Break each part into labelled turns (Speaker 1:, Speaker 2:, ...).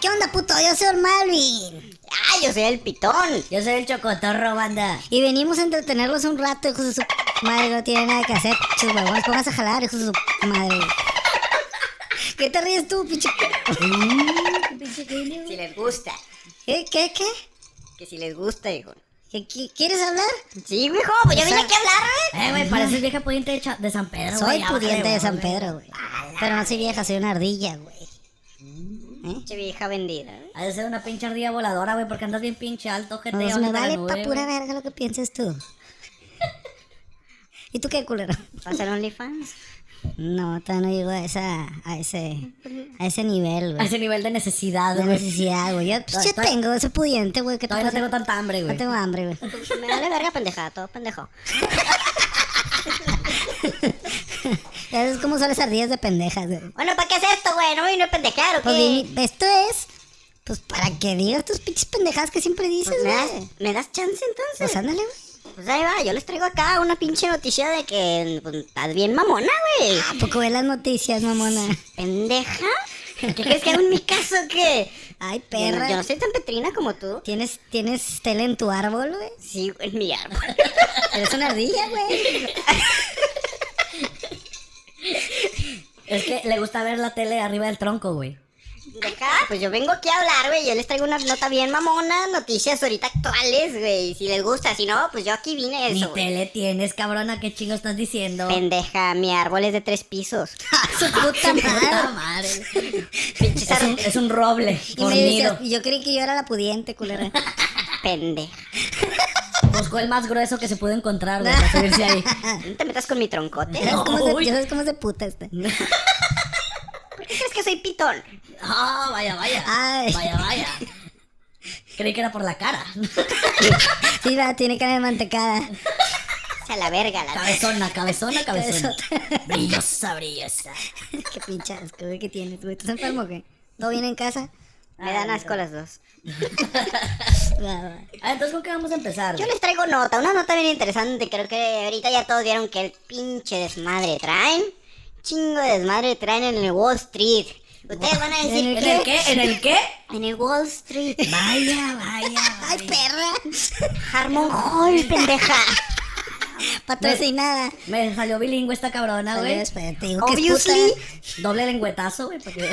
Speaker 1: ¿Qué onda, puto? Yo soy el Malvin.
Speaker 2: ¡Ah, yo soy el pitón!
Speaker 3: Yo soy el chocotorro, banda.
Speaker 1: Y venimos a entretenerlos un rato, hijos de su p- madre. No tiene nada que hacer. Chubabones, pongas a jalar, hijos de su p- madre. ¿Qué te ríes tú, pinche?
Speaker 2: Si les gusta.
Speaker 1: ¿Qué, qué, qué?
Speaker 2: Que si les gusta, hijo.
Speaker 1: ¿Qué, qué- quieres hablar?
Speaker 2: Sí, mijo, pues ya vine aquí a hablar, ¿eh?
Speaker 3: Eh, güey, pareces vieja pudiente de, Cha- de San Pedro,
Speaker 1: Soy
Speaker 3: güey, ya
Speaker 1: pudiente
Speaker 3: bájale,
Speaker 1: de San
Speaker 3: güey.
Speaker 1: Pedro, güey. Pero no soy vieja, soy una ardilla, güey.
Speaker 2: Pinche vieja vendida, ¿eh?
Speaker 3: Ha de ser una pinche ardilla voladora, güey, porque andas bien pinche alto, gente.
Speaker 1: Pues
Speaker 3: ya
Speaker 1: me
Speaker 3: bájate a la
Speaker 1: vale
Speaker 3: nube,
Speaker 1: pa' pura
Speaker 3: güey.
Speaker 1: verga lo que pienses tú. ¿Y tú qué, culero?
Speaker 2: ¿Vas a hacer OnlyFans?
Speaker 1: No, todavía no llego a, esa, a, ese, a ese nivel,
Speaker 3: A
Speaker 1: güey.
Speaker 3: ese nivel de necesidad,
Speaker 1: De
Speaker 3: güey.
Speaker 1: necesidad, güey. Yo, pues, yo
Speaker 3: Estoy-
Speaker 1: tengo ese pudiente, güey, que te
Speaker 3: Todavía no
Speaker 1: puedo-
Speaker 3: tengo tanta hambre,
Speaker 1: no
Speaker 3: güey.
Speaker 1: tengo hambre, güey.
Speaker 2: Me vale verga pendejada, todo pendejo.
Speaker 1: Es como son las ardillas de pendejas, güey.
Speaker 2: Bueno, ¿para qué es esto, güey? No me vino a pendejar, ¿o
Speaker 1: Pues,
Speaker 2: qué?
Speaker 1: di- esto es, pues, para que digas tus pinches pendejadas que siempre dices,
Speaker 2: Pues, ¿me,
Speaker 1: güey.
Speaker 2: das, ¿Me das chance entonces?
Speaker 1: Pues ándale, güey.
Speaker 2: Pues ahí va, yo les traigo acá una pinche noticia de que pues, estás bien mamona, güey.
Speaker 1: ¿A poco ves las noticias, mamona?
Speaker 2: ¿Pendeja? ¿Qué crees que hago en mi caso que
Speaker 1: Ay,
Speaker 2: Yo,
Speaker 1: perra.
Speaker 2: no soy tan petrina como tú.
Speaker 1: ¿Tienes, ¿Tienes tela en tu árbol, güey?
Speaker 2: Sí, en mi árbol.
Speaker 1: Eres una ardilla, güey.
Speaker 3: Es que le gusta ver la tele arriba del tronco, güey.
Speaker 2: Deja, pues yo vengo aquí a hablar, güey. Yo les traigo una nota bien mamona, noticias ahorita actuales, güey. Si les gusta, si no, pues yo aquí vine a
Speaker 3: Ni
Speaker 2: eso, güey.
Speaker 3: tele tienes, cabrona, qué chingo estás diciendo.
Speaker 2: Pendeja, mi árbol es de tres pisos.
Speaker 1: Su puta
Speaker 3: Puta
Speaker 1: madre.
Speaker 3: madre.
Speaker 2: Pinches
Speaker 3: Es un, es un roble,
Speaker 1: Y me dice,
Speaker 3: fornido.
Speaker 1: y yo creí que yo era la pudiente, culera.
Speaker 2: pendeja.
Speaker 3: Buscó el más grueso que se pudo encontrar, güey, para subirse ahí.
Speaker 2: No te metas con mi troncote.
Speaker 1: ¿Sabes cómo se,
Speaker 3: Uy.
Speaker 1: ya sabes cómo se puta este?
Speaker 2: ¿Por qué crees que soy pitón?
Speaker 3: Ah, vaya, vaya.
Speaker 1: Ay.
Speaker 3: Vaya, vaya. Creí que era por la cara.
Speaker 1: Sí, va, tiene cara de mantecada.
Speaker 2: O sea, la verga, la verga.
Speaker 3: Cabezona, cabezona, cabezona. Brillosa, brillosa.
Speaker 1: Qué pinche asco güey, que tienes, güey. ¿Estás enfermo o qué? ¿Todo bien en casa?
Speaker 2: Me dan asco las dos.
Speaker 1: Va, va.
Speaker 3: Ah, entonces, ¿con qué vamos a empezar?
Speaker 2: Yo
Speaker 3: güey?
Speaker 2: les traigo nota, una nota bien interesante. Creo que ahorita ya todos vieron que el pinche desmadre traen. Chingo de desmadre traen en el Wall Street. Ustedes van a
Speaker 1: ¿En
Speaker 2: decir
Speaker 1: el
Speaker 3: ¿En el
Speaker 2: que
Speaker 3: qué? ¿En el qué?
Speaker 2: en el Wall Street.
Speaker 3: Vaya, vaya.
Speaker 1: ¡Ay, perra!
Speaker 2: Harmon Hall, pendeja.
Speaker 1: Patrocinada.
Speaker 3: Me salió bilingüe esta cabrona, güey.
Speaker 1: Espérate, te digo que es
Speaker 2: Obviously.
Speaker 1: puta.
Speaker 3: Doble lengüetazo, güey, porque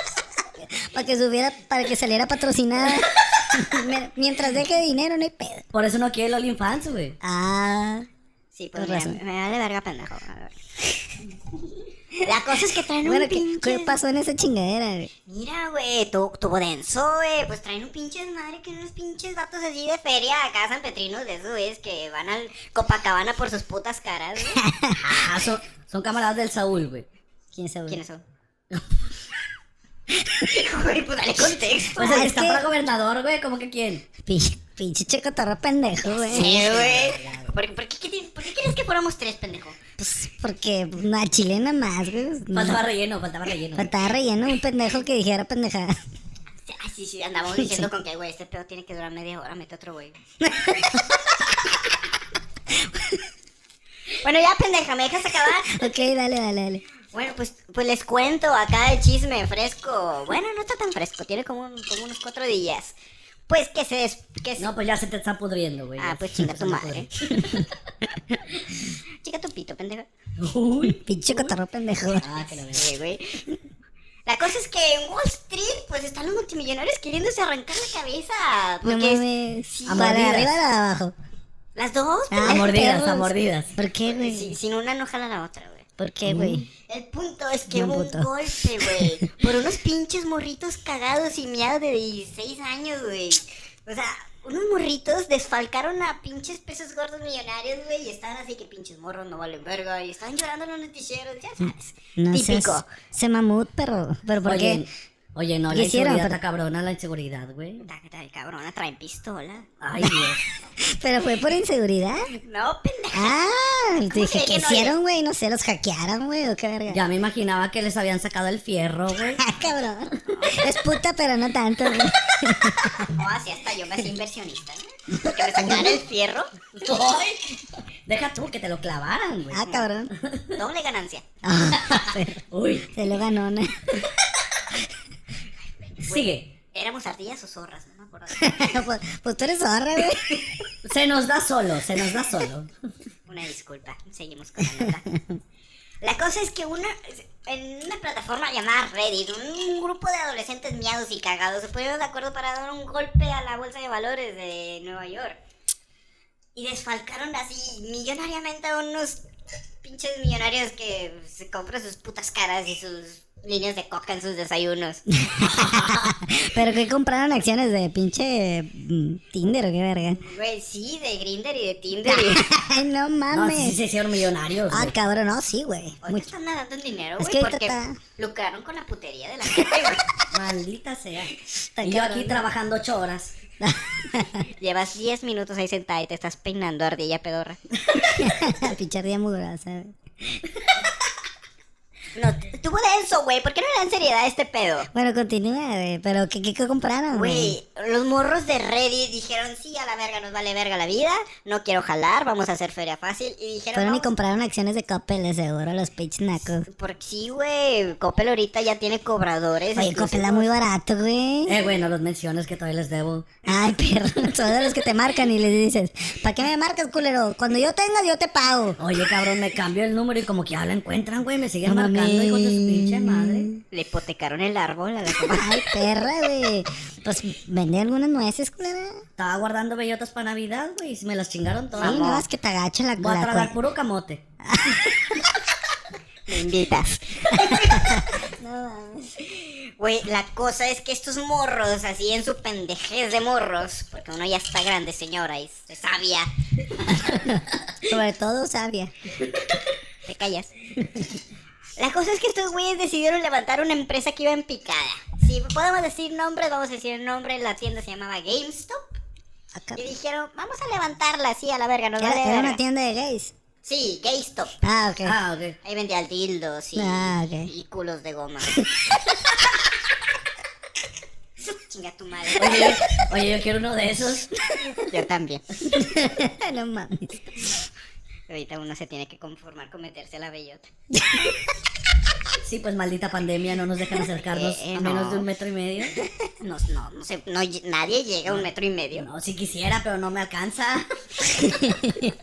Speaker 1: Para que subiera, para que saliera patrocinada. Me- Mientras deje dinero, no hay pedo.
Speaker 3: por eso no quiere el OnlyFans, güey.
Speaker 1: Ah.
Speaker 2: Sí, pues
Speaker 1: Con
Speaker 2: mira,
Speaker 1: razón.
Speaker 2: me vale verga, pendejo. A ver. La cosa es que traen
Speaker 1: Bueno,
Speaker 2: un
Speaker 1: ¿qué,
Speaker 2: pinche...
Speaker 1: qué pasó en esa chingadera, güey?
Speaker 2: Mira, güey, tu, tuvo denso, güey. Pues traen un pinche desmadre que unos pinches vatos así de feria acá, San Petrinos, de esos, güeyes que van al Copacabana por sus putas caras, güey.
Speaker 3: Ah, son, son camaradas del Saúl, güey.
Speaker 1: ¿Quién sabe?
Speaker 2: ¿Quiénes son? Güey, pues dale contexto.
Speaker 3: O sea,
Speaker 1: Ah,
Speaker 3: que
Speaker 1: es
Speaker 3: está
Speaker 1: que-
Speaker 3: para gobernador, güey, ¿cómo que quién?
Speaker 1: Pinche, pinche chocotorro pendejo, güey.
Speaker 2: Sí, güey. ¿Por, por qué, qué tiene- por qué quieres que fuéramos tres, pendejo?
Speaker 1: Pues porque una chilena más, güey. pues, no.
Speaker 3: Faltaba relleno, faltaba relleno.
Speaker 1: Faltaba relleno un pendejo que dijera pendejada.
Speaker 2: Ay, sí, sí, andamos diciendo con que, güey, este pedo tiene que durar media hora, mete otro güey. bueno, ya, pendeja, ¿me dejas acabar?
Speaker 1: Ok, dale, dale, dale.
Speaker 2: Bueno, pues, pues les cuento acá el chisme fresco. Bueno, no está tan fresco, tiene como, un- como unos cuatro días. Pues que se... des- que se-
Speaker 3: No, pues ya se te está pudriendo, güey.
Speaker 2: ah,
Speaker 3: Ya
Speaker 2: pues
Speaker 3: se te
Speaker 2: chinga tu
Speaker 3: está
Speaker 2: madre. chinga tu pito, pendejo.
Speaker 3: pudriendo. Uy.
Speaker 1: Pinche cotorro pendejo.
Speaker 3: Ah, que la verga.
Speaker 2: Sí, güey. La cosa es que en Wall Street, pues están los multimillonarios queriéndose arrancar la cabeza.
Speaker 1: No
Speaker 2: Porque
Speaker 1: mames.
Speaker 2: sí,
Speaker 1: ¿Para
Speaker 3: mordidas.
Speaker 1: arriba o para abajo?
Speaker 2: las dos,
Speaker 1: Ah,
Speaker 3: A mordidas,
Speaker 1: perros.
Speaker 3: a mordidas.
Speaker 1: ¿Por qué,
Speaker 2: pues,
Speaker 1: güey?
Speaker 2: si- sin una no jala la otra, güey.
Speaker 1: ¿Por qué, güey?
Speaker 2: El punto es que
Speaker 1: Buen
Speaker 2: hubo
Speaker 1: punto.
Speaker 2: un golpe, güey. Por unos pinches morritos cagados y miados de 16 años, güey. O sea, unos morritos desfalcaron a pinches pesos gordos millonarios, güey. Y estaban así que pinches morros no valen verga. Y estaban llorando en los noticieros, ya sabes.
Speaker 1: No sé.
Speaker 2: Típico.
Speaker 1: Se mamut, pero. ¿Pero por qué?
Speaker 3: Oye, oye, no,
Speaker 1: ¿Qué
Speaker 3: la
Speaker 1: hicieron?
Speaker 3: inseguridad
Speaker 1: Pero-
Speaker 3: está cabrona, la inseguridad, güey.
Speaker 2: Da- da- Cabrona, traen pistola.
Speaker 3: Ay, Dios.
Speaker 1: ¿Pero fue por inseguridad?
Speaker 2: No, pendeja.
Speaker 1: Ah, dije,
Speaker 2: que
Speaker 1: ¿qué
Speaker 2: no?
Speaker 1: hicieron, güey? No sé, los hackearon, güey, o qué verga.
Speaker 3: Ya me imaginaba que les habían sacado el fierro, güey.
Speaker 1: Ah, cabrón. Es puta, pero no tanto, güey.
Speaker 2: No, así hasta yo me hacía inversionista, ¿no? Porque me sacaran el fierro.
Speaker 3: Ay. Deja tú que te lo clavaran, güey.
Speaker 1: Ah, cabrón.
Speaker 2: Doble ganancia.
Speaker 1: Ah, pero
Speaker 3: Uy.
Speaker 1: se lo ganó, ¿no?
Speaker 3: Sigue.
Speaker 2: Éramos ardillas o zorras, no me acuerdo.
Speaker 1: pues, pues tú eres zorra, güey.
Speaker 3: Se nos da solo, se nos da solo.
Speaker 2: Una disculpa, seguimos con la nota. La cosa es que una, en una plataforma llamada Reddit, un grupo de adolescentes miados y cagados se pusieron de acuerdo para dar un golpe a la bolsa de valores de Nueva York. Y desfalcaron así millonariamente a unos pinches millonarios que se compran sus putas caras y sus líneas de coca en sus desayunos.
Speaker 1: Pero que compraron acciones de pinche mm, Tinder o qué verga.
Speaker 2: Güey, sí, de Grinder y de Tinder. y-
Speaker 1: Ay, no
Speaker 3: No, sí
Speaker 1: mames.
Speaker 3: se hicieron millonarios.
Speaker 1: Ah,
Speaker 3: güey.
Speaker 1: cabrón, no, sí, güey.
Speaker 2: Ahorita
Speaker 1: Mucho.
Speaker 2: están nadando en dinero,
Speaker 1: Es
Speaker 2: güey,
Speaker 1: que ahorita
Speaker 2: porque
Speaker 1: está-
Speaker 2: lucraron con la putería de la gente, güey.
Speaker 3: Maldita sea. Y yo
Speaker 1: cabrón,
Speaker 3: aquí
Speaker 1: ¿no?
Speaker 3: trabajando ocho horas.
Speaker 2: Llevas 10 minutos ahí sentada y te estás peinando, ardilla pedorra.
Speaker 1: pinche día mudura, ¿sabes?
Speaker 2: No, t- tuvo denso, güey. ¿Por qué no le dan seriedad a este pedo?
Speaker 1: Bueno, continúa, güey. Pero ¿qué, qué, qué compraron, güey?
Speaker 2: Güey, los morros de Reddit dijeron, sí, a la verga, nos vale verga la vida, no quiero jalar, vamos a hacer feria fácil. Y dijeron,
Speaker 1: Fueron y
Speaker 2: "Vamos".
Speaker 1: compraron acciones de Coppel, de seguro, los pinches nacos.
Speaker 2: porque sí, güey, Coppel ahorita ya tiene cobradores.
Speaker 1: Oye,
Speaker 2: exclusivos.
Speaker 1: Coppel da muy barato, güey.
Speaker 3: Eh, güey, no los menciones que todavía les debo.
Speaker 1: Ay, perro, son de los que te marcan y les dices, ¿para qué me marcas, culero? Cuando yo tenga, yo te pago.
Speaker 3: Oye, cabrón, me cambio el número y como que ya lo encuentran, güey. Me siguen
Speaker 1: No
Speaker 3: marcando, hijos de su
Speaker 1: mames.
Speaker 3: pinche madre.
Speaker 2: Le hipotecaron el árbol a la
Speaker 1: Ay, perra, güey. Pues vendí algunas nueces, culera.
Speaker 3: Estaba guardando bellotas para Navidad, güey. y Me las chingaron
Speaker 1: Sí,
Speaker 3: todas.
Speaker 1: no, es que te agacho la
Speaker 3: Ah, Voy a
Speaker 1: culera.
Speaker 3: tragar puro camote.
Speaker 2: Me invitas. Güey, la cosa es que estos morros, así en su pendejez de morros, porque uno ya está grande, señora, y es sabia.
Speaker 1: Sobre todo sabia.
Speaker 2: Te callas. La cosa es que estos güeyes decidieron levantar una empresa que iba en picada. Si podemos decir nombres, vamos a decir el nombre. La tienda se llamaba GameStop.
Speaker 1: Acá.
Speaker 2: Y dijeron, vamos a levantarla así a la verga, nos
Speaker 1: Era,
Speaker 2: vale
Speaker 1: era una
Speaker 2: verga".
Speaker 1: tienda de gays.
Speaker 2: Sí, GameStop.
Speaker 1: Ah, ok.
Speaker 3: Ah, ok.
Speaker 2: Ahí vendía dildos y,
Speaker 1: Ah, ok.
Speaker 2: y culos de goma. Chinga tu madre.
Speaker 3: Oye, oye, yo quiero uno de esos.
Speaker 2: Yo también.
Speaker 1: no mames.
Speaker 2: Ahorita uno se tiene que conformar con meterse a la bellota.
Speaker 3: Sí, pues maldita pandemia, no nos dejan acercarnos
Speaker 2: Eh, eh,
Speaker 3: a menos
Speaker 2: no.
Speaker 3: de un metro y medio.
Speaker 2: No, no, no sé, no lle- nadie llega a un metro y medio.
Speaker 3: No, si quisiera, pero no me alcanza.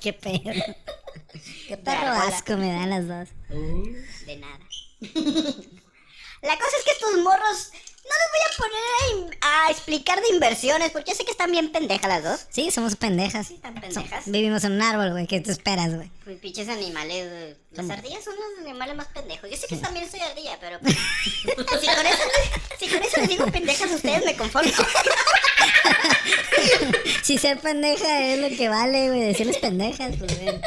Speaker 1: qué perro. Qué perro
Speaker 2: Bárbara.
Speaker 1: asco me dan las dos.
Speaker 2: De nada. La cosa es que estos morros no les voy a poner a, in- a explicar de inversiones porque yo sé que están bien pendejas las dos.
Speaker 1: Sí, somos pendejas.
Speaker 2: Sí, están pendejas.
Speaker 1: So- vivimos en un árbol, güey. ¿Qué te esperas, güey?
Speaker 2: Pues pinches animales. eh, Las ardillas son los animales más pendejos. Yo sé que también soy ardilla, pero. pues, si, con eso, si con eso les digo pendejas, ustedes me conformo.
Speaker 1: Si ser pendeja es lo que vale, güey. Decirles pendejas, pues, güey.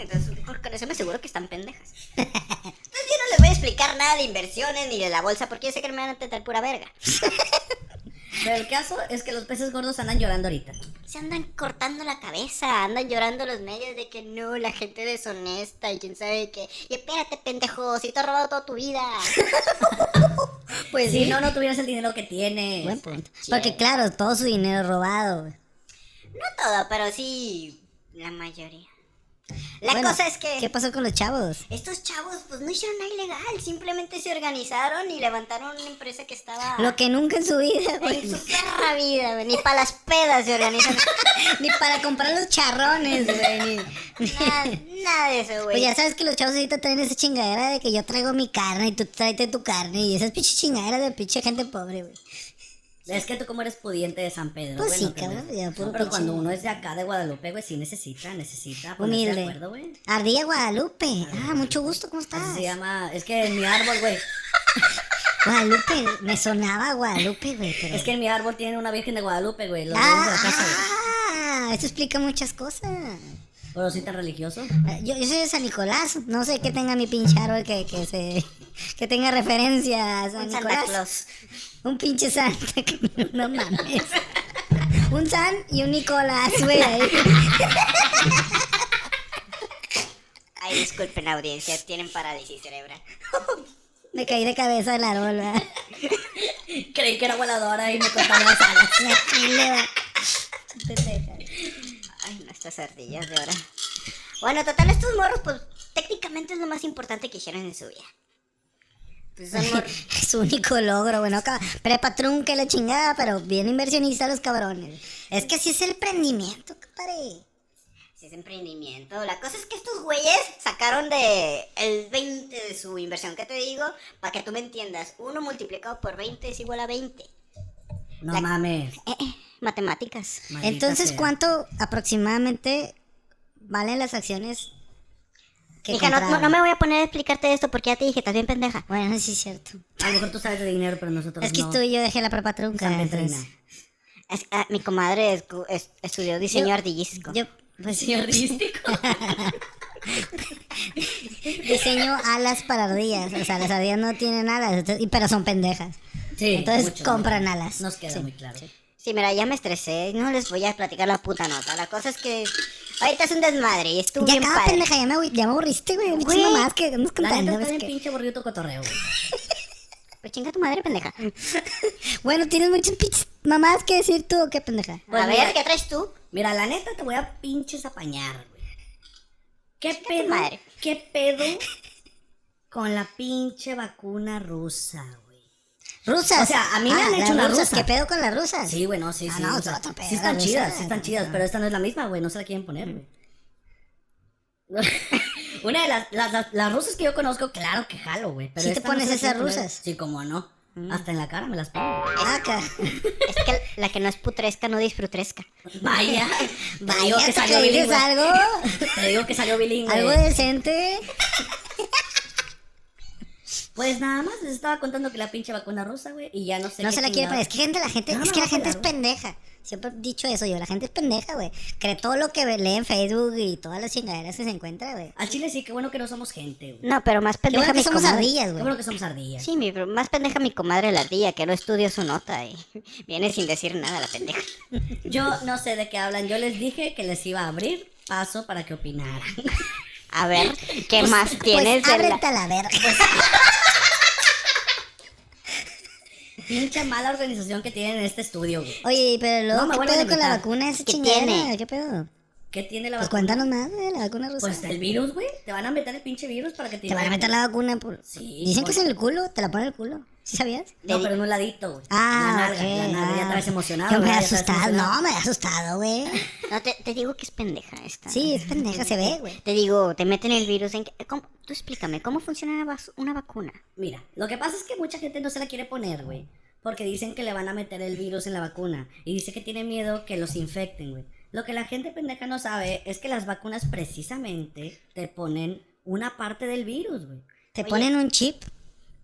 Speaker 2: Entonces, por- con eso me aseguro que están pendejas. Entonces, yo no les voy a explicar nada de inversiones ni de la bolsa porque yo sé que me van a tratar pura verga.
Speaker 3: Pero el caso es que los peces gordos andan llorando ahorita.
Speaker 2: Se andan cortando la cabeza, andan llorando los medios de que no, la gente deshonesta y quién sabe qué. Y espérate, pendejo, si te has robado toda tu vida.
Speaker 3: Pues si no, no tuvieras el dinero que tienes.
Speaker 1: Buen punto. Porque claro, todo su dinero robado, güey.
Speaker 2: No todo, pero sí la mayoría. La
Speaker 1: Bueno,
Speaker 2: cosa es que...
Speaker 1: ¿Qué pasó con los chavos?
Speaker 2: Estos chavos pues no hicieron nada ilegal, simplemente se organizaron y levantaron una empresa que estaba
Speaker 1: Lo que nunca en su vida, güey.
Speaker 2: en su perra vida, güey, ni para las pedas se organizan.
Speaker 1: Ni para comprar los charrones, güey.
Speaker 3: Eh,
Speaker 1: ni-
Speaker 2: nada, nada de eso, güey.
Speaker 1: Pues ya sabes que los chavos ahorita traen esa chingadera de que yo traigo mi carne y tú tráete tu carne y esas pinches chingaderas de pinche gente pobre, güey.
Speaker 3: Es que tú como eres pudiente de San Pedro.
Speaker 1: Pues
Speaker 3: güey,
Speaker 1: sí,
Speaker 3: no te
Speaker 1: cabrón,
Speaker 3: ves.
Speaker 1: ya,
Speaker 3: No,
Speaker 1: puro
Speaker 3: pero
Speaker 1: pinche-
Speaker 3: cuando uno es de acá, de Guadalupe, güey, sí necesita, necesita ponerse de
Speaker 1: Humilde.
Speaker 3: acuerdo, güey.
Speaker 1: Ardilla Guadalupe. Ah, mucho gusto, ¿cómo
Speaker 3: Así
Speaker 1: estás?
Speaker 3: se llama, es que en mi árbol, güey,
Speaker 1: Guadalupe, me sonaba Guadalupe, güey. Pero...
Speaker 3: es que en mi árbol tiene una virgen de Guadalupe, güey, los dueños de la casa, güey.
Speaker 1: Ah, eso explica muchas cosas.
Speaker 3: Pero soy tan religioso.
Speaker 1: Eh, Yo, yo soy de San Nicolás, no sé qué tenga mi pinche árbol que, que se que tenga referencia a San
Speaker 2: Un Santa
Speaker 1: Nicolás.
Speaker 2: Claus.
Speaker 1: Un pinche Santa, que- no mames. Un San y un Nicolás, güey. ahí.
Speaker 2: Ay, disculpen la audiencia, tienen parálisis cerebral.
Speaker 1: Me caí de cabeza del árbol, ¿verdad?
Speaker 3: Creí que era voladora y me cortaron las alas.
Speaker 1: La chile, va. Pendeja.
Speaker 2: Ay, no, estas ardillas de ahora. Bueno, total, estos morros, pues técnicamente es lo más importante que hicieron en su vida. Pues son mor-
Speaker 1: Su único logro, bueno, acá, prepa trunca y la chingada, pero bien inversionista los cabrones. Es que sí es el emprendimiento, compadre.
Speaker 2: Sí, es emprendimiento. La cosa es que estos güeyes sacaron de el 20 de su inversión. ¿Qué te digo? Para que tú me entiendas. Uno multiplicado por 20 es igual a 20.
Speaker 3: No
Speaker 2: La-
Speaker 3: mames.
Speaker 2: Eh, eh, matemáticas.
Speaker 3: Maldita
Speaker 1: Entonces,
Speaker 3: sea.
Speaker 1: ¿cuánto aproximadamente valen las acciones que
Speaker 2: Hija, no- no,
Speaker 1: compraron?
Speaker 2: no me voy a poner a explicarte esto porque ya te dije, estás bien pendeja.
Speaker 1: Bueno, sí es cierto.
Speaker 3: A lo mejor tú sabes de dinero, pero nosotros
Speaker 1: Es que
Speaker 3: Pues
Speaker 1: tú
Speaker 3: no.
Speaker 1: y yo dejé la prepa trunca.
Speaker 3: San Petrina.
Speaker 1: entonces,
Speaker 2: Es- ah, mi comadre escu- es- estudió diseño
Speaker 1: Yo-
Speaker 2: artillístico.
Speaker 1: Yo, pues,
Speaker 3: Señor dístico.
Speaker 1: diseño alas para ardillas. O sea, las ardillas no tienen alas, entonces- y- pero son pendejas.
Speaker 3: Sí,
Speaker 1: entonces
Speaker 3: mucho,
Speaker 1: compran
Speaker 3: mucho.
Speaker 1: alas.
Speaker 3: Nos queda
Speaker 1: Sí.
Speaker 3: muy claro.
Speaker 2: Sí, mira, ya me estresé. No les voy a platicar la puta nota. La cosa es que ahorita es un desmadre y estuvo
Speaker 1: Ya
Speaker 2: bien
Speaker 1: acaba,
Speaker 2: padre.
Speaker 1: pendeja, ya me, abu- ya me aburriste, güey. Muchas
Speaker 2: Güey.
Speaker 1: mamadas que andas
Speaker 3: La
Speaker 1: contando.
Speaker 3: neta
Speaker 1: es
Speaker 3: está bien
Speaker 1: que-
Speaker 3: pinche aburrido tu cotorreo, güey.
Speaker 2: Pues chinga tu madre, pendeja.
Speaker 1: Mm, Bueno, tienes muchas pinches mamadas que decir tú, ¿o qué pendeja.
Speaker 3: Pues
Speaker 2: a ver,
Speaker 3: mira.
Speaker 2: ¿qué traes tú?
Speaker 3: Mira, la neta te voy a pinches apañar, güey. ¿Qué
Speaker 2: Chinga tu
Speaker 3: pedo?
Speaker 2: madre.
Speaker 3: ¿Qué pedo con la pinche vacuna rusa, güey?
Speaker 1: Rusas. Ah,
Speaker 3: O sea, a mí me han hecho
Speaker 1: las
Speaker 3: una
Speaker 1: rusas.
Speaker 3: rusa.
Speaker 1: ¿Qué pedo con las rusas?
Speaker 3: Sí, güey, no, sí,
Speaker 1: Ah,
Speaker 3: sí.
Speaker 1: no,
Speaker 3: o
Speaker 1: es
Speaker 3: sea,
Speaker 1: otro pedo,
Speaker 3: sí están
Speaker 1: rusa,
Speaker 3: chidas, sí están
Speaker 1: no.
Speaker 3: chidas, pero esta no es la misma, güey, no se la quieren poner, güey. Una de las, las, las, las rusas que yo conozco, claro que jalo, güey. pero
Speaker 1: ¿Sí te
Speaker 3: esta no
Speaker 1: pones
Speaker 3: se la quieren
Speaker 1: esas
Speaker 3: poner.
Speaker 1: rusas? Mm.
Speaker 3: Sí, como no. Hasta en la cara me las pongo. güey.
Speaker 1: Ah, ca-
Speaker 2: Es que la que no es putresca no disfrutresca.
Speaker 3: Vaya, te
Speaker 1: Vaya,
Speaker 3: digo Ah, que
Speaker 1: que
Speaker 3: salió
Speaker 1: te dices
Speaker 3: bilingüe. Eh.
Speaker 1: algo,
Speaker 3: Te digo que salió bilingüe.
Speaker 1: algo decente.
Speaker 3: Pues nada más les estaba contando que la pinche vacuna rusa, güey, y ya no sé
Speaker 1: No
Speaker 3: qué
Speaker 1: se la quiere
Speaker 3: chingado.
Speaker 1: poner. Es que gente, la gente,
Speaker 3: No,
Speaker 1: es
Speaker 3: no,
Speaker 1: que la
Speaker 3: no,
Speaker 1: gente es
Speaker 3: claro.
Speaker 1: pendeja. Siempre he dicho eso yo, la gente es pendeja, güey. Cree todo lo que ve- lee en Facebook y todas las chingaderas que se encuentra, güey.
Speaker 3: Al chile sí, qué bueno que no somos gente, güey.
Speaker 2: No, pero más
Speaker 1: Qué
Speaker 2: pendeja
Speaker 1: bueno que
Speaker 2: mi
Speaker 1: somos
Speaker 2: comadre.
Speaker 1: ardillas,
Speaker 3: Qué
Speaker 1: güey.
Speaker 3: bueno que somos ardillas.
Speaker 2: Sí, mi, pero más pendeja mi comadre la tía, que no estudió su nota y viene sin decir nada la pendeja.
Speaker 3: Yo no sé de qué hablan, yo les dije que les iba a abrir paso para que opinaran.
Speaker 2: A ver, ¿qué más tienes
Speaker 1: Pues
Speaker 2: de la...
Speaker 1: ábrete a la verga.
Speaker 3: Pues, Pinche mala organización que tienen en este estudio, güey.
Speaker 1: Oye, pero luego,
Speaker 3: No, me
Speaker 1: ¿qué
Speaker 3: vuelven a
Speaker 1: pedo con la
Speaker 3: invitar.
Speaker 1: vacuna esa
Speaker 2: ¿Qué
Speaker 1: chingadera?
Speaker 2: tiene?
Speaker 1: ¿Qué pedo?
Speaker 3: ¿Qué tiene la
Speaker 1: Pues
Speaker 3: vacuna?
Speaker 1: cuéntanos más de la vacuna rusa.
Speaker 3: Pues el virus, güey. Te van a meter el pinche virus para que te...
Speaker 1: Te van a meter la vacuna por...
Speaker 3: Sí,
Speaker 1: Dicen que
Speaker 3: por-
Speaker 1: es en el culo, te la ponen en el culo. ¿Sí sabías?
Speaker 3: No, pero en un ladito, güey.
Speaker 1: Ah,
Speaker 3: la narga,
Speaker 1: ok,
Speaker 3: la narga.
Speaker 1: ah.
Speaker 3: Ya traes emocionado.
Speaker 1: Yo me he
Speaker 3: ¿verdad? Ya traes
Speaker 1: asustado.
Speaker 3: emocionado.
Speaker 1: No, me he asustado, güey.
Speaker 2: No, te, te digo que es pendeja esta.
Speaker 1: Sí, es pendeja, se ve, güey.
Speaker 2: Te digo, te meten el virus en... que- ¿cómo? Tú explícame, ¿cómo funciona una, vas- una vacuna?
Speaker 3: Mira, lo que pasa es que mucha gente no se la quiere poner, güey. Porque dicen que le van a meter el virus en la vacuna. Y dice que tiene miedo que los infecten, güey. Lo que la gente pendeja no sabe es que las vacunas precisamente te ponen una parte del virus, güey.
Speaker 1: Te ponen un chip,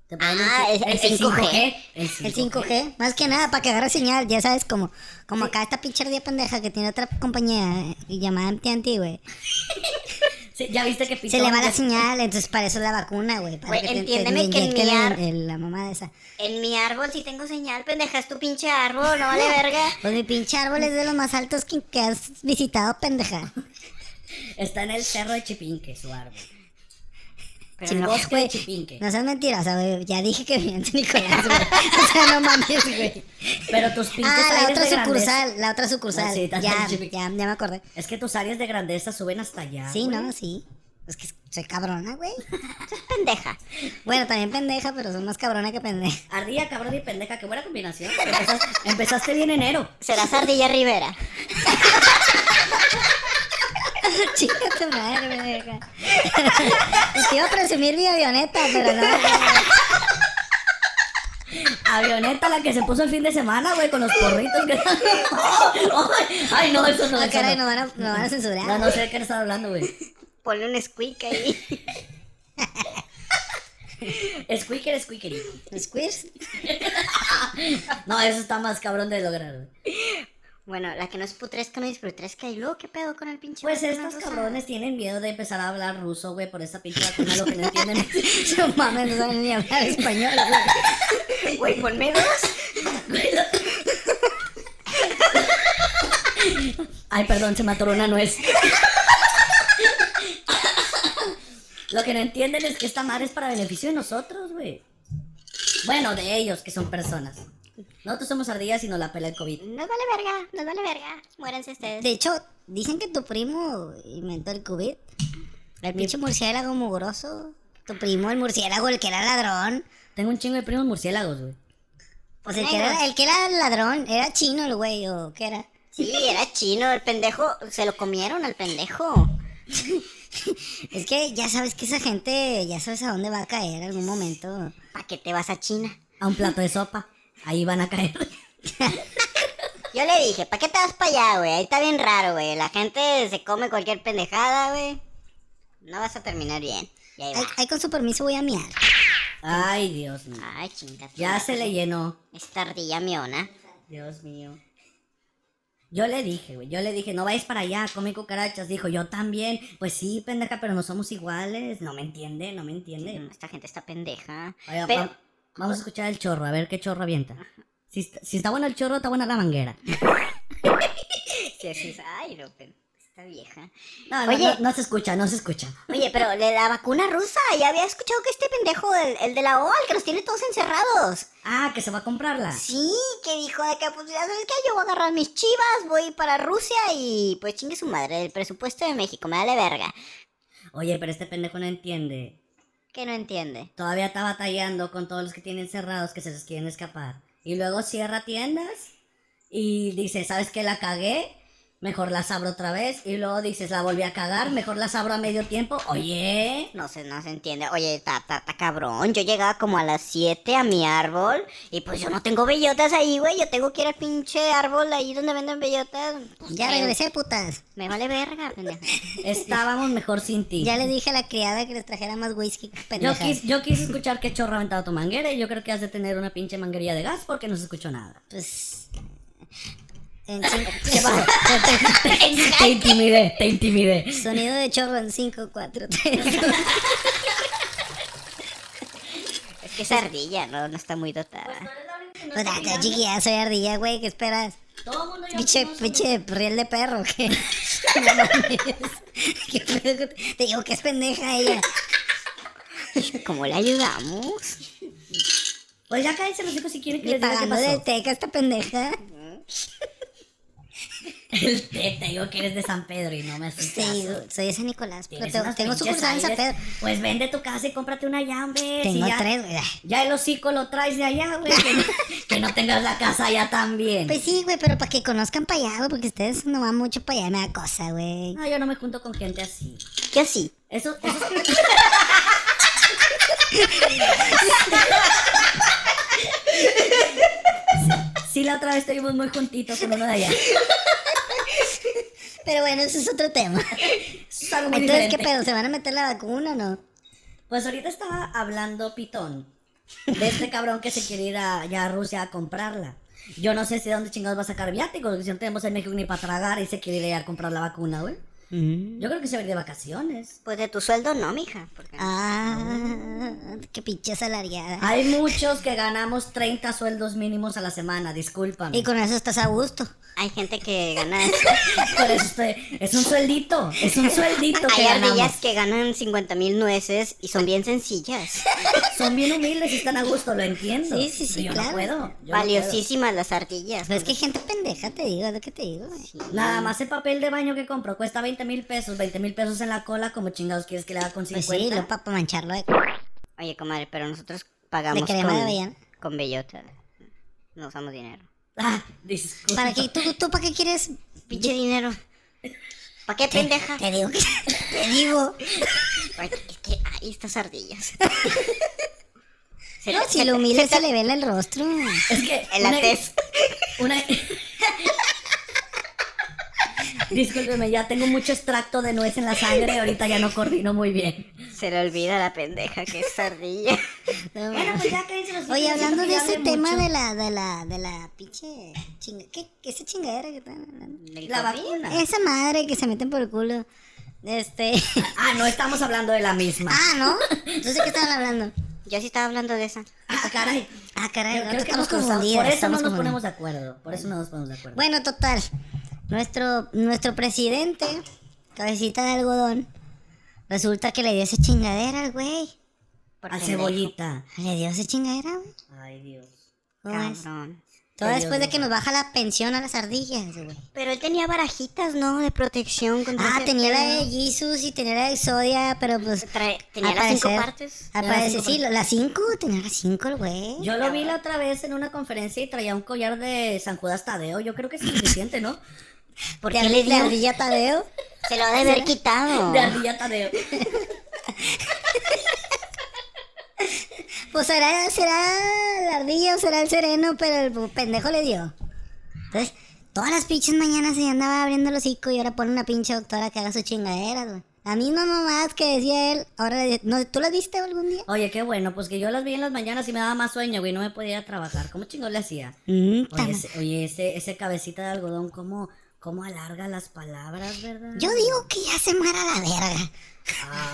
Speaker 3: Te ponen
Speaker 2: Ah,
Speaker 3: un chip-
Speaker 2: el- el 5G.
Speaker 3: El
Speaker 1: el
Speaker 3: 5G.
Speaker 1: 5G, más que nada para que agarre señal, ya sabes, como, como acá esta pinche ardilla pendeja que tiene otra compañía eh, llamada AT&T, güey.
Speaker 3: Sí, ya viste que
Speaker 1: Se le va la señal, entonces para eso es la vacuna, güey. Para
Speaker 2: Güey,
Speaker 1: que te- te-
Speaker 2: entiéndeme
Speaker 1: le
Speaker 2: que en mi
Speaker 1: inyecten
Speaker 2: ar-
Speaker 1: el- el- la mamá de esa.
Speaker 2: En mi árbol sí tengo señal, pendeja, es tu pinche árbol, no vale verga.
Speaker 1: Pues mi pinche árbol es de los más altos que, que has visitado, pendeja.
Speaker 3: Está en el cerro de Chipinque, su árbol.
Speaker 2: Pero
Speaker 3: el
Speaker 2: no-
Speaker 3: bosque de Chipinque.
Speaker 1: No seas mentirosa, güey. Ya dije que vivían en San Nicolás, güey. O sea, no mames, güey.
Speaker 3: Pero tus pinches
Speaker 1: Ah, la
Speaker 3: aires
Speaker 1: otra
Speaker 3: de grandeza-
Speaker 1: sucursal, la otra
Speaker 3: Ah,
Speaker 1: sucursal.
Speaker 3: sí,
Speaker 1: ya,
Speaker 3: está
Speaker 1: ya,
Speaker 3: en Chipinque.
Speaker 1: ya me acordé.
Speaker 3: Es que tus áreas de grandeza suben hasta allá.
Speaker 1: Sí,
Speaker 3: güey.
Speaker 1: ¿no? Sí. Es que soy cabrona, güey.
Speaker 2: pendeja.
Speaker 1: Bueno, también pendeja, pero soy más cabrona que pendeja.
Speaker 3: Ardilla, cabrón y pendeja, qué buena combinación. Empezas- empezaste bien enero.
Speaker 2: Serás Ardilla Rivera.
Speaker 1: Chica tu madre, pendeja. Te iba a presumir mi avioneta, pero no. güey.
Speaker 3: Avioneta la que se puso el fin de semana, güey, con los porritos que Ay, no, eso no,
Speaker 1: Ah,
Speaker 3: eso
Speaker 1: caray,
Speaker 3: no.
Speaker 1: nos van a, nos van a censurar.
Speaker 3: No, no sé de qué estás hablando, güey.
Speaker 2: Ponle un squeak ahí.
Speaker 3: Squeaker, squeakery.
Speaker 1: Squeers.
Speaker 3: No, eso está más cabrón de lograr, güey.
Speaker 2: Bueno, la que no es putresca, no disfrutresca. ¿Y luego qué pedo con el pinche?
Speaker 3: Pues
Speaker 2: vacuna
Speaker 3: estos
Speaker 2: rusa?
Speaker 3: cabrones tienen miedo de empezar a hablar ruso, güey, por esa pinche vacuna, lo que no entienden.
Speaker 1: No mames, no saben ni hablar español, güey.
Speaker 2: Güey, ponme dos.
Speaker 3: Ay, perdón, se me atoró una nuez. Lo que no entienden es que esta madre es para beneficio de nosotros, güey. Bueno, de ellos, que son personas. Nosotros somos ardillas y nos la pela el COVID.
Speaker 2: Nos vale verga, nos vale verga. Muéranse ustedes.
Speaker 1: De hecho, dicen que tu primo inventó el COVID. El pinche murciélago mugroso. Tu primo, el murciélago, el que era ladrón.
Speaker 3: Tengo un chingo de primos murciélagos, güey.
Speaker 1: Pues el que, era, el que era ladrón, era chino el güey, o qué era.
Speaker 2: Sí, era chino, el pendejo. Se lo comieron al pendejo.
Speaker 1: Es que ya sabes que esa gente, ya sabes a dónde va a caer algún momento.
Speaker 2: ¿Para qué te vas a China?
Speaker 3: A un plato de sopa. Ahí van a caer.
Speaker 2: Yo le dije, ¿para qué te vas para allá, güey? Ahí está bien raro, güey. La gente se come cualquier pendejada, güey. No vas a terminar bien. Y ahí
Speaker 1: Ahí,
Speaker 2: va.
Speaker 1: ahí con su permiso voy a miar.
Speaker 3: Ay, Dios mío.
Speaker 2: Ay, chinga.
Speaker 3: Ya se le llenó.
Speaker 2: Esta ardilla miona.
Speaker 3: Dios mío. Yo le dije, güey, yo le dije, no vayas para allá, come cucarachas. Dijo, yo también. Pues sí, pendeja, pero no somos iguales. No me entiende, no me entiende.
Speaker 2: Esta gente está pendeja.
Speaker 3: Oiga,
Speaker 2: Pero-
Speaker 3: va- vamos a escuchar el chorro, a ver qué chorro avienta. Si está, si está bueno el chorro, está buena la manguera.
Speaker 2: Sí, sí, sí. Ay, no, pero esta vieja.
Speaker 3: No, no,
Speaker 2: Oye.
Speaker 3: no, no se escucha, no se escucha.
Speaker 2: Oye, pero de la vacuna rusa, ya había escuchado que este pendejo, el, el de la OA, el que los tiene todos encerrados.
Speaker 3: Ah, que se va a comprarla.
Speaker 2: Sí, que dijo de que, pues, ya sabes que yo voy a agarrar mis chivas, voy para Rusia y pues chingue su madre, el presupuesto de México, me vale verga.
Speaker 3: Oye, pero este pendejo no entiende.
Speaker 2: Que no entiende.
Speaker 3: Todavía está batallando con todos los que tienen cerrados que se les quieren escapar. Y luego cierra tiendas y dice, ¿sabes qué? La cagué, mejor las abro otra vez. Y luego dices, la volví a cagar, mejor las abro a medio tiempo. Oye,
Speaker 2: No se, no se entiende. Oye, está ta, ta cabrón. Yo llegaba como a las 7 a mi árbol y pues yo no tengo bellotas ahí, güey. Yo tengo que ir al pinche árbol ahí donde venden bellotas. Pues,
Speaker 1: Ya
Speaker 2: me-
Speaker 1: regresé, putas.
Speaker 2: Me vale verga, pendejo.
Speaker 3: estábamos mejor sin ti.
Speaker 1: Ya le dije a la criada que les trajera más whisky,
Speaker 3: yo,
Speaker 1: pendeja.
Speaker 3: quis- yo quise escuchar qué chorro ha aventado tu manguera y yo creo que has de tener una pinche manguerilla de gas porque no se escuchó nada.
Speaker 1: Pues... En cinco-
Speaker 3: Te intimidé, te intimidé.
Speaker 1: Sonido de chorro en 5, 4, 3.
Speaker 2: es que esa ardilla, ¿no? No está muy dotada.
Speaker 1: Pues ah, ya, chiquilla, soy ardilla, güey, ¿qué esperas?
Speaker 3: Todo el mundo ya
Speaker 1: Pinche,
Speaker 3: conoce-
Speaker 1: pinche riel de perro, ¿qué? No mames. ¿Qué pedo con- Te digo que es pendeja ella.
Speaker 2: ¿Cómo le ayudamos?
Speaker 3: Pues ya cállense los hijos si quieren que
Speaker 1: Ni
Speaker 3: les diga qué
Speaker 1: pagando
Speaker 3: pasó.
Speaker 1: de teca esta pendeja.
Speaker 3: El te, te digo que eres de San Pedro y no me haces
Speaker 1: Sí,
Speaker 3: caso.
Speaker 1: soy de San Nicolás, pero
Speaker 3: Tienes
Speaker 1: tengo,
Speaker 3: unas
Speaker 1: tengo
Speaker 3: pinches
Speaker 1: sucursal en San
Speaker 3: aires.
Speaker 1: Pedro.
Speaker 3: Pues vende tu casa y cómprate una allá, hombre.
Speaker 1: Tengo
Speaker 3: Si ya,
Speaker 1: tres, güey.
Speaker 3: Ya el hocico lo traes de allá, güey. Que, no- que no tengas la casa allá también.
Speaker 1: Pues sí, güey, pero para que conozcan para allá, güey, porque ustedes no van mucho para allá, me da cosa, güey.
Speaker 3: no, yo no me junto con gente así.
Speaker 2: Yo sí.
Speaker 3: Eso, eso Sí, la otra vez estuvimos muy juntitos con uno de allá.
Speaker 1: Pero bueno, eso es otro tema.
Speaker 3: Eso es algo muy
Speaker 1: Entonces, ¿qué
Speaker 3: diferente.
Speaker 1: pedo? ¿Se van a meter la vacuna o no?
Speaker 3: Pues ahorita estaba hablando Pitón de este cabrón que se quiere ir a, ya a Rusia a comprarla. Yo no sé si de dónde chingados va a sacar viáticos, porque si no tenemos en México ni para tragar y se quiere ir allá a comprar la vacuna, güey. Yo creo que se va a ir de vacaciones.
Speaker 2: Pues de tu sueldo no, mija. Porque
Speaker 1: Ah, qué pinche asalariada.
Speaker 2: Ah.
Speaker 3: Hay muchos que ganamos 30 sueldos mínimos a la semana, discúlpame.
Speaker 1: Y con eso estás a gusto.
Speaker 2: hay gente que gana.
Speaker 3: Por eso estoy- es un sueldito, es un sueldito que
Speaker 2: Hay
Speaker 3: ganamos.
Speaker 2: ardillas que ganan 50 mil nueces y son bien sencillas.
Speaker 3: Son bien humildes y están a gusto, lo entiendo.
Speaker 1: Sí, sí, sí,
Speaker 3: Yo
Speaker 1: claro.
Speaker 3: no puedo. yo no
Speaker 2: Valiosísimas las ardillas.
Speaker 1: Pues es que hay gente pendeja, te digo, es lo que te digo, güey.
Speaker 3: puedo. Nada más el papel de baño que compro cuesta 20 mil pesos, 20 mil pesos en la cola, como chingados quieres que le haga con
Speaker 1: Pues
Speaker 3: 50.
Speaker 1: sí, lo para mancharlo de,
Speaker 2: Oye, comadre, pero nosotros pagamos
Speaker 1: de crema de
Speaker 2: con,
Speaker 1: avellana.
Speaker 2: con bellota. No usamos dinero.
Speaker 3: Ah, disculpa.
Speaker 1: ¿Para qué? ¿Tú, tú para qué quieres?
Speaker 2: Pinche dinero. ¿Para qué pendeja?
Speaker 1: Te digo que... Te digo.
Speaker 2: Ay, Es que hay estas ardillas. Se
Speaker 1: No,
Speaker 2: te-
Speaker 1: si
Speaker 2: se
Speaker 1: lo
Speaker 2: te-
Speaker 1: humilde
Speaker 2: se
Speaker 1: se
Speaker 2: te- pues,
Speaker 1: le vela el rostro.
Speaker 3: Es que.
Speaker 2: En la tez.
Speaker 3: Una... Discúlpeme, ya tengo mucho extracto de nuez en la sangre, ahorita ya no coordino muy bien.
Speaker 2: Se le olvida a la pendeja que es ardilla.
Speaker 1: No,
Speaker 3: Bueno, pues ya cállense los
Speaker 1: Oye,
Speaker 3: hijos,
Speaker 1: hablando
Speaker 3: siento que
Speaker 1: de
Speaker 3: ya
Speaker 1: ese
Speaker 3: hablé
Speaker 1: tema
Speaker 3: mucho.
Speaker 1: de la, de la, de la pinche chinga, ¿qué, qué esa chingadera que están hablando?
Speaker 3: La vacuna.
Speaker 1: Esa madre que se meten por el culo. Este.
Speaker 3: Ah, no estamos hablando de la misma.
Speaker 1: ah, ¿no? Entonces, ¿qué estaban hablando?
Speaker 2: Yo sí estaba hablando de esa.
Speaker 3: Ah, caray.
Speaker 1: Ah, caray,
Speaker 3: Creo-
Speaker 1: no,
Speaker 3: creo que
Speaker 1: estamos
Speaker 3: nos cruzamos.
Speaker 1: confundidos.
Speaker 3: Por eso no
Speaker 1: estamos
Speaker 3: nos
Speaker 1: confundidos.
Speaker 3: ponemos de acuerdo. Por eso no nos ponemos de acuerdo.
Speaker 1: Bueno, total. Nuestro, nuestro presidente, cabecita de algodón, resulta que le dio esa chingadera al güey.
Speaker 2: Por
Speaker 3: Al
Speaker 2: pendejo.
Speaker 3: cebollita.
Speaker 1: Le dio esa chingadera, güey.
Speaker 3: Ay, Dios.
Speaker 1: ¿Cómo es?
Speaker 2: Cabrón.
Speaker 1: Todo
Speaker 3: Dios,
Speaker 1: después de que
Speaker 3: no.
Speaker 1: nos baja la pensión a las ardillas, güey.
Speaker 2: Pero él tenía barajitas, ¿no? De protección contra
Speaker 1: Ah,
Speaker 2: ese
Speaker 1: tenía la
Speaker 2: pedo.
Speaker 1: de Jesus y tenía la de Exodia, pero pues. ah,
Speaker 2: Trae-
Speaker 1: al
Speaker 2: tenía las cinco
Speaker 1: parecer-
Speaker 2: partes.
Speaker 1: Al
Speaker 3: Tenía las
Speaker 1: parecer,
Speaker 3: cinco
Speaker 1: sí, lo- las cinco, tenía las cinco el güey.
Speaker 3: Yo lo vi la otra vez en una conferencia y traía un collar de San Judas Tadeo. Yo creo que es suficiente, ¿no?
Speaker 1: ¿Por
Speaker 2: qué le
Speaker 1: le
Speaker 2: dio?
Speaker 1: la ardilla Tadeo?
Speaker 2: Se lo ha de haber quitado.
Speaker 3: De ardilla Tadeo.
Speaker 1: Pues será, será la ardilla o será el sereno, pero el pendejo le dio. Entonces, todas las pinches mañanas se andaba abriendo el hocico y ahora pone una pinche doctora que haga su chingadera, güey. La misma mamás que decía él, ahora le- no, ¿tú las viste algún día?
Speaker 3: Oye, qué bueno, pues que yo las vi en las mañanas y me daba más sueño, güey. No me podía ir a trabajar. ¿Cómo chingón le hacía?
Speaker 1: Mm,
Speaker 3: Oye,
Speaker 1: tama-
Speaker 3: ese, oye, ese, ese cabecita de algodón, ¿cómo, cómo alarga las palabras, ¿verdad?
Speaker 1: Yo digo que ya se muera la verga.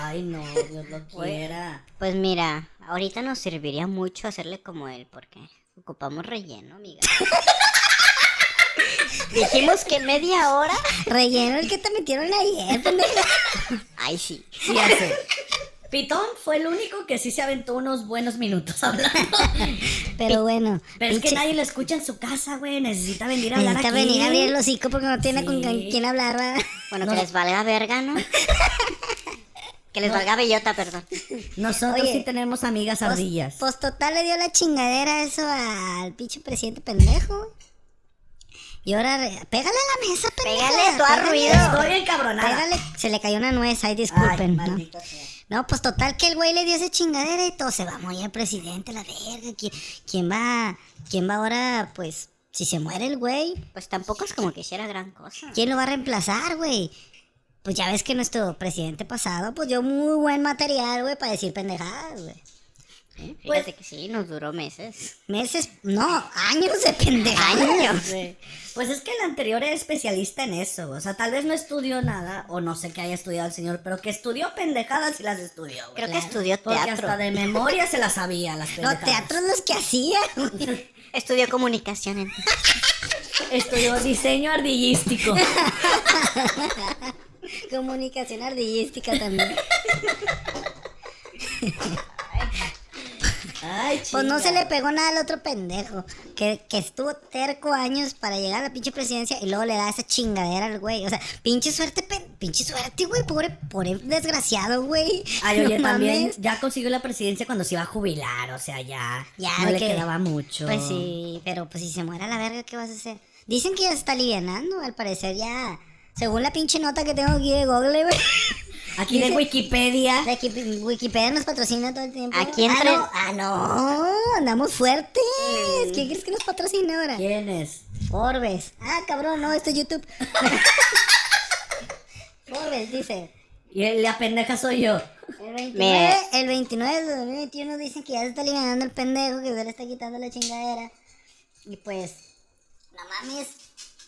Speaker 3: Ay, no, Dios lo quiera.
Speaker 2: Pues mira, ahorita nos serviría mucho hacerle como él, porque ocupamos relleno, amiga. Dijimos que media hora.
Speaker 1: Relleno el que te metieron eh, ayer, pendejo.
Speaker 2: Ay, sí.
Speaker 3: Sí, hace. Pitón fue el único que sí se aventó unos buenos minutos hablando.
Speaker 1: Pero bueno.
Speaker 3: Pero es que
Speaker 1: pinche-
Speaker 3: nadie lo escucha en su casa, güey. Necesita venir a hablar
Speaker 1: Necesita
Speaker 3: aquí.
Speaker 1: venir a abrir el hocico porque no tiene con
Speaker 3: Sí.
Speaker 1: con quién hablar, ¿verdad?
Speaker 2: Bueno, que les valga verga, ¿no? que les valga bellota, perdón.
Speaker 3: Nosotros
Speaker 1: Oye,
Speaker 3: sí tenemos amigas
Speaker 1: Pues-
Speaker 3: ardillas.
Speaker 1: Pues total le dio la chingadera eso al pinche presidente pendejo. Y ahora, re- pégale a la mesa, pendeja.
Speaker 2: Pégale, tú has ruido.
Speaker 3: Estoy encabronada.
Speaker 1: Pégale, se le cayó una nuez, ahí
Speaker 3: Ay,
Speaker 1: disculpen. ¿no?
Speaker 3: maldita sea.
Speaker 1: No, pues total que el güey le dio esa chingadera y todo, se va a morir el presidente, la verga. ¿Qui- ¿Quién va, quién va ahora, pues, si se muere el güey?
Speaker 2: Pues tampoco es como que hiciera gran cosa. ¿eh?
Speaker 1: ¿Quién lo va a reemplazar, güey? Pues ya ves que nuestro presidente pasado, pues dio muy buen material, güey, para decir pendejadas, güey.
Speaker 2: Fíjate que sí, nos duró meses.
Speaker 1: Meses, no, años de pendejadas.
Speaker 3: Sí. Pues es que el anterior era especialista en eso. O sea, tal vez no estudió nada, o no sé qué haya estudiado el señor, pero que estudió pendejadas y las estudió. güey.
Speaker 2: Creo que estudió
Speaker 3: Porque
Speaker 2: teatro.
Speaker 3: hasta de memoria se las sabía, las pendejadas.
Speaker 1: No, teatros los que hacía.
Speaker 2: Estudió comunicación. entonces.
Speaker 3: Estudió diseño ardillístico.
Speaker 1: Comunicación ardillística también.
Speaker 3: Ay,
Speaker 1: Pues no se
Speaker 3: chinga.
Speaker 1: le pegó nada al otro pendejo. Que, que estuvo terco años para llegar a la pinche presidencia y luego le da esa chingadera al güey. O sea, pinche suerte, pen- pinche suerte, güey. Pobre, pobre desgraciado, güey.
Speaker 3: Ay, oye,
Speaker 1: No
Speaker 3: Ah, también
Speaker 1: mames.
Speaker 3: ya consiguió la presidencia cuando se iba a jubilar, o sea, ya,
Speaker 1: Ya,
Speaker 3: no
Speaker 1: de
Speaker 3: le
Speaker 1: que-
Speaker 3: quedaba mucho.
Speaker 1: Pues sí, pero pues si se muera la verga, ¿qué vas a hacer? Dicen que ya se está alivianando, al parecer ya. Según la pinche nota que tengo aquí de Google, güey.
Speaker 3: Aquí de Wikipedia.
Speaker 1: De que Wikipedia nos patrocina todo el tiempo.
Speaker 2: Aquí
Speaker 1: ah,
Speaker 2: entre-
Speaker 1: no, ah, no, andamos fuertes. ¿Quién crees que nos patrocina ahora?
Speaker 3: ¿Quién es?
Speaker 1: Forbes. Ah, cabrón, no, esto es YouTube. Forbes dice.
Speaker 3: Y el- la pendeja soy yo.
Speaker 1: El 29, el 29 de 2021 dicen que ya se está liberando el pendejo, que se le está quitando la chingadera. Y pues, no mames,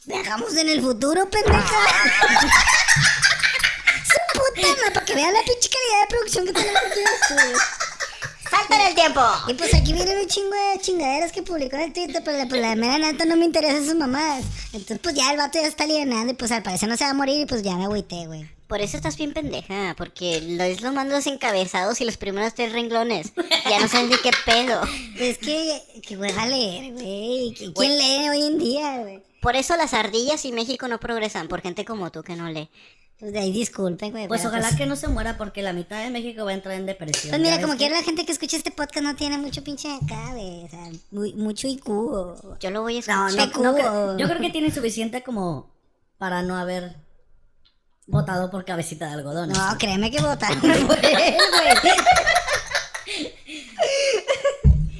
Speaker 1: viajamos en el futuro, pendeja. Su puta madre, para que vean la pinche calidad de producción que tenemos aquí en el estudio.
Speaker 2: ¡Salta en el tiempo!
Speaker 1: Y pues aquí vienen un chingo de chingaderas que publicó en el Twitter, pero la, pues la mera neta no me interesa sus mamadas. Entonces pues ya el vato ya está alienando y pues al parecer no se va a morir y pues ya me agüité, güey.
Speaker 2: Por eso estás bien pendeja, porque lo es lo más los encabezados y los primeros tres renglones. Ya no sabes ni qué pedo.
Speaker 1: Pues que, que güey, va a leer, güey. ¿Qui- ¿Quién lee hoy en día, güey?
Speaker 2: Por eso las ardillas y México no progresan, por gente como tú que no lee.
Speaker 1: Pues de ahí disculpen, güey.
Speaker 3: Pues
Speaker 1: pero,
Speaker 3: ojalá que no se muera porque la mitad de México va a entrar en
Speaker 1: Pues
Speaker 3: depresión. ¿ya
Speaker 1: mira,
Speaker 3: ves?
Speaker 1: como quiera la gente que escucha este podcast no tiene mucho pinche acá, güey. O sea, muy, mucho IQ. o-
Speaker 2: Yo lo voy a
Speaker 3: No,
Speaker 2: escuchar.
Speaker 3: no,
Speaker 1: Checo.
Speaker 3: no creo- yo creo que tiene suficiente como para no haber votado por cabecita de algodón.
Speaker 1: No, créeme que votaron por él, güey.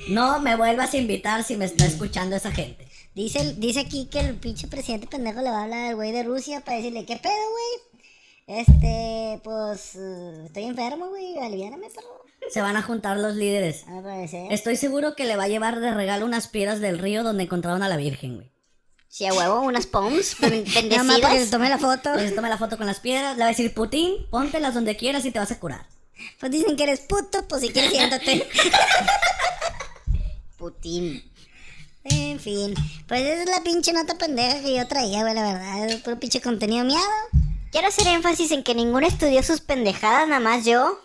Speaker 3: No me vuelvas a invitar si me está escuchando esa gente.
Speaker 1: Dice, el- dice aquí que el pinche presidente pendejo le va a hablar al güey de Rusia para decirle, ¿qué pedo, güey? Este, pues, eh, estoy enfermo, güey, aliviárame, perro.
Speaker 3: Se van a juntar los líderes.
Speaker 1: Al parecer.
Speaker 3: Estoy seguro que le va a llevar de regalo unas piedras del río donde encontraron a la Virgen, güey.
Speaker 2: Si a huevo, unas poms ben-
Speaker 1: Nada más para que se
Speaker 2: bendecidas.
Speaker 1: tome la foto.
Speaker 3: Entonces Pues toma la foto con las piedras, le va a decir, Putin, póntelas donde quieras y te vas a curar.
Speaker 1: Pues dicen que eres puto, pues si quieres siéntate.
Speaker 2: Putin.
Speaker 1: en fin, pues esa es la pinche nota pendeja que yo traía, güey, la verdad. Es puro pinche contenido miado.
Speaker 2: Quiero hacer énfasis en que ninguno estudió sus pendejadas, nada más yo.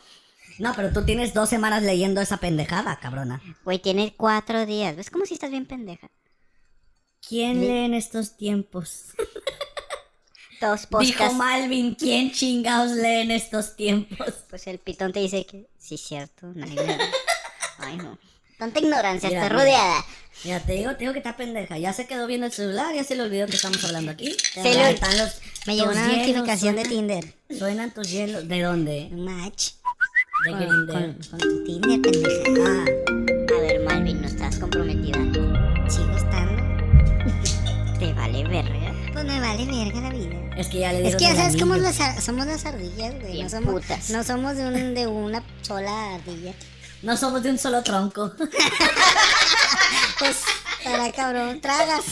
Speaker 3: No, pero tú tienes dos semanas leyendo esa pendejada, cabrona.
Speaker 2: Güey, tiene cuatro días. ¿Ves cómo si estás bien pendeja?
Speaker 3: ¿Quién lee en estos tiempos?
Speaker 2: Todos
Speaker 3: Dijo
Speaker 2: podcasts.
Speaker 3: Malvin, ¿quién chingados lee en estos tiempos?
Speaker 2: Pues el pitón te dice que sí, cierto. nadie me- Ay, no. Tanta ignorancia,
Speaker 3: Mira,
Speaker 2: está
Speaker 3: mira.
Speaker 2: rodeada.
Speaker 3: Ya te digo, te digo que está pendeja. Ya se quedó viendo el celular, ya se le olvidó que estamos hablando aquí.
Speaker 2: Se le-
Speaker 3: Ya están los-
Speaker 1: Me llegó
Speaker 3: tus
Speaker 1: una
Speaker 3: hielos,
Speaker 1: notificación de
Speaker 3: suena-
Speaker 1: Tinder.
Speaker 3: Suenan tus hielos. ¿De dónde?
Speaker 1: Match.
Speaker 3: De
Speaker 1: Con,
Speaker 3: Grindr.
Speaker 1: con- con tu Tinder, pendeja.
Speaker 3: Ah,
Speaker 2: A ver, Malvin, no estás comprometida.
Speaker 1: Ah, Sigo estando.
Speaker 2: Te vale verga.
Speaker 1: Pues me vale verga la vida.
Speaker 3: es que ya le
Speaker 1: Es
Speaker 3: dieron
Speaker 1: que ya
Speaker 3: el
Speaker 1: sabes cómo
Speaker 3: anillo.
Speaker 1: las ar- somos las ardillas, güey.
Speaker 2: Bien
Speaker 1: No somos,
Speaker 2: putas.
Speaker 1: no somos de, un- de una sola ardilla.
Speaker 3: No somos de un solo tronco.
Speaker 1: Pues, para cabrón, tragas.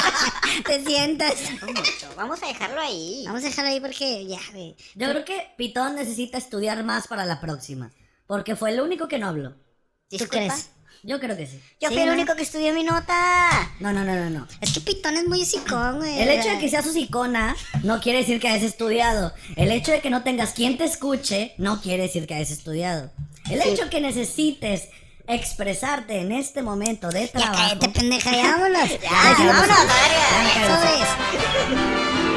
Speaker 1: Te sientas.
Speaker 2: Mucho. Vamos a dejarlo ahí.
Speaker 1: Vamos a dejarlo ahí porque ya, güey.
Speaker 3: Yo creo que Pitón necesita estudiar más para la próxima. Porque fue el único que no habló.
Speaker 1: ¿Tú
Speaker 2: Disculpa.
Speaker 1: crees?
Speaker 3: Yo creo que sí.
Speaker 2: Yo
Speaker 1: Sí,
Speaker 2: fui el
Speaker 1: ¿no?
Speaker 2: único que estudió mi nota.
Speaker 3: No, no, no, no, no.
Speaker 1: Es que Pitón es muy hocicón, güey.
Speaker 3: El hecho de que seas icona no quiere decir que hayas estudiado. El hecho de que no tengas quien te escuche no quiere decir que hayas estudiado. El hecho que necesites expresarte en este momento de
Speaker 1: Ya
Speaker 3: trabajo.
Speaker 1: cállate, pendeja, ya vámonos.
Speaker 2: Ya, vámonos, verga.
Speaker 1: Eso es.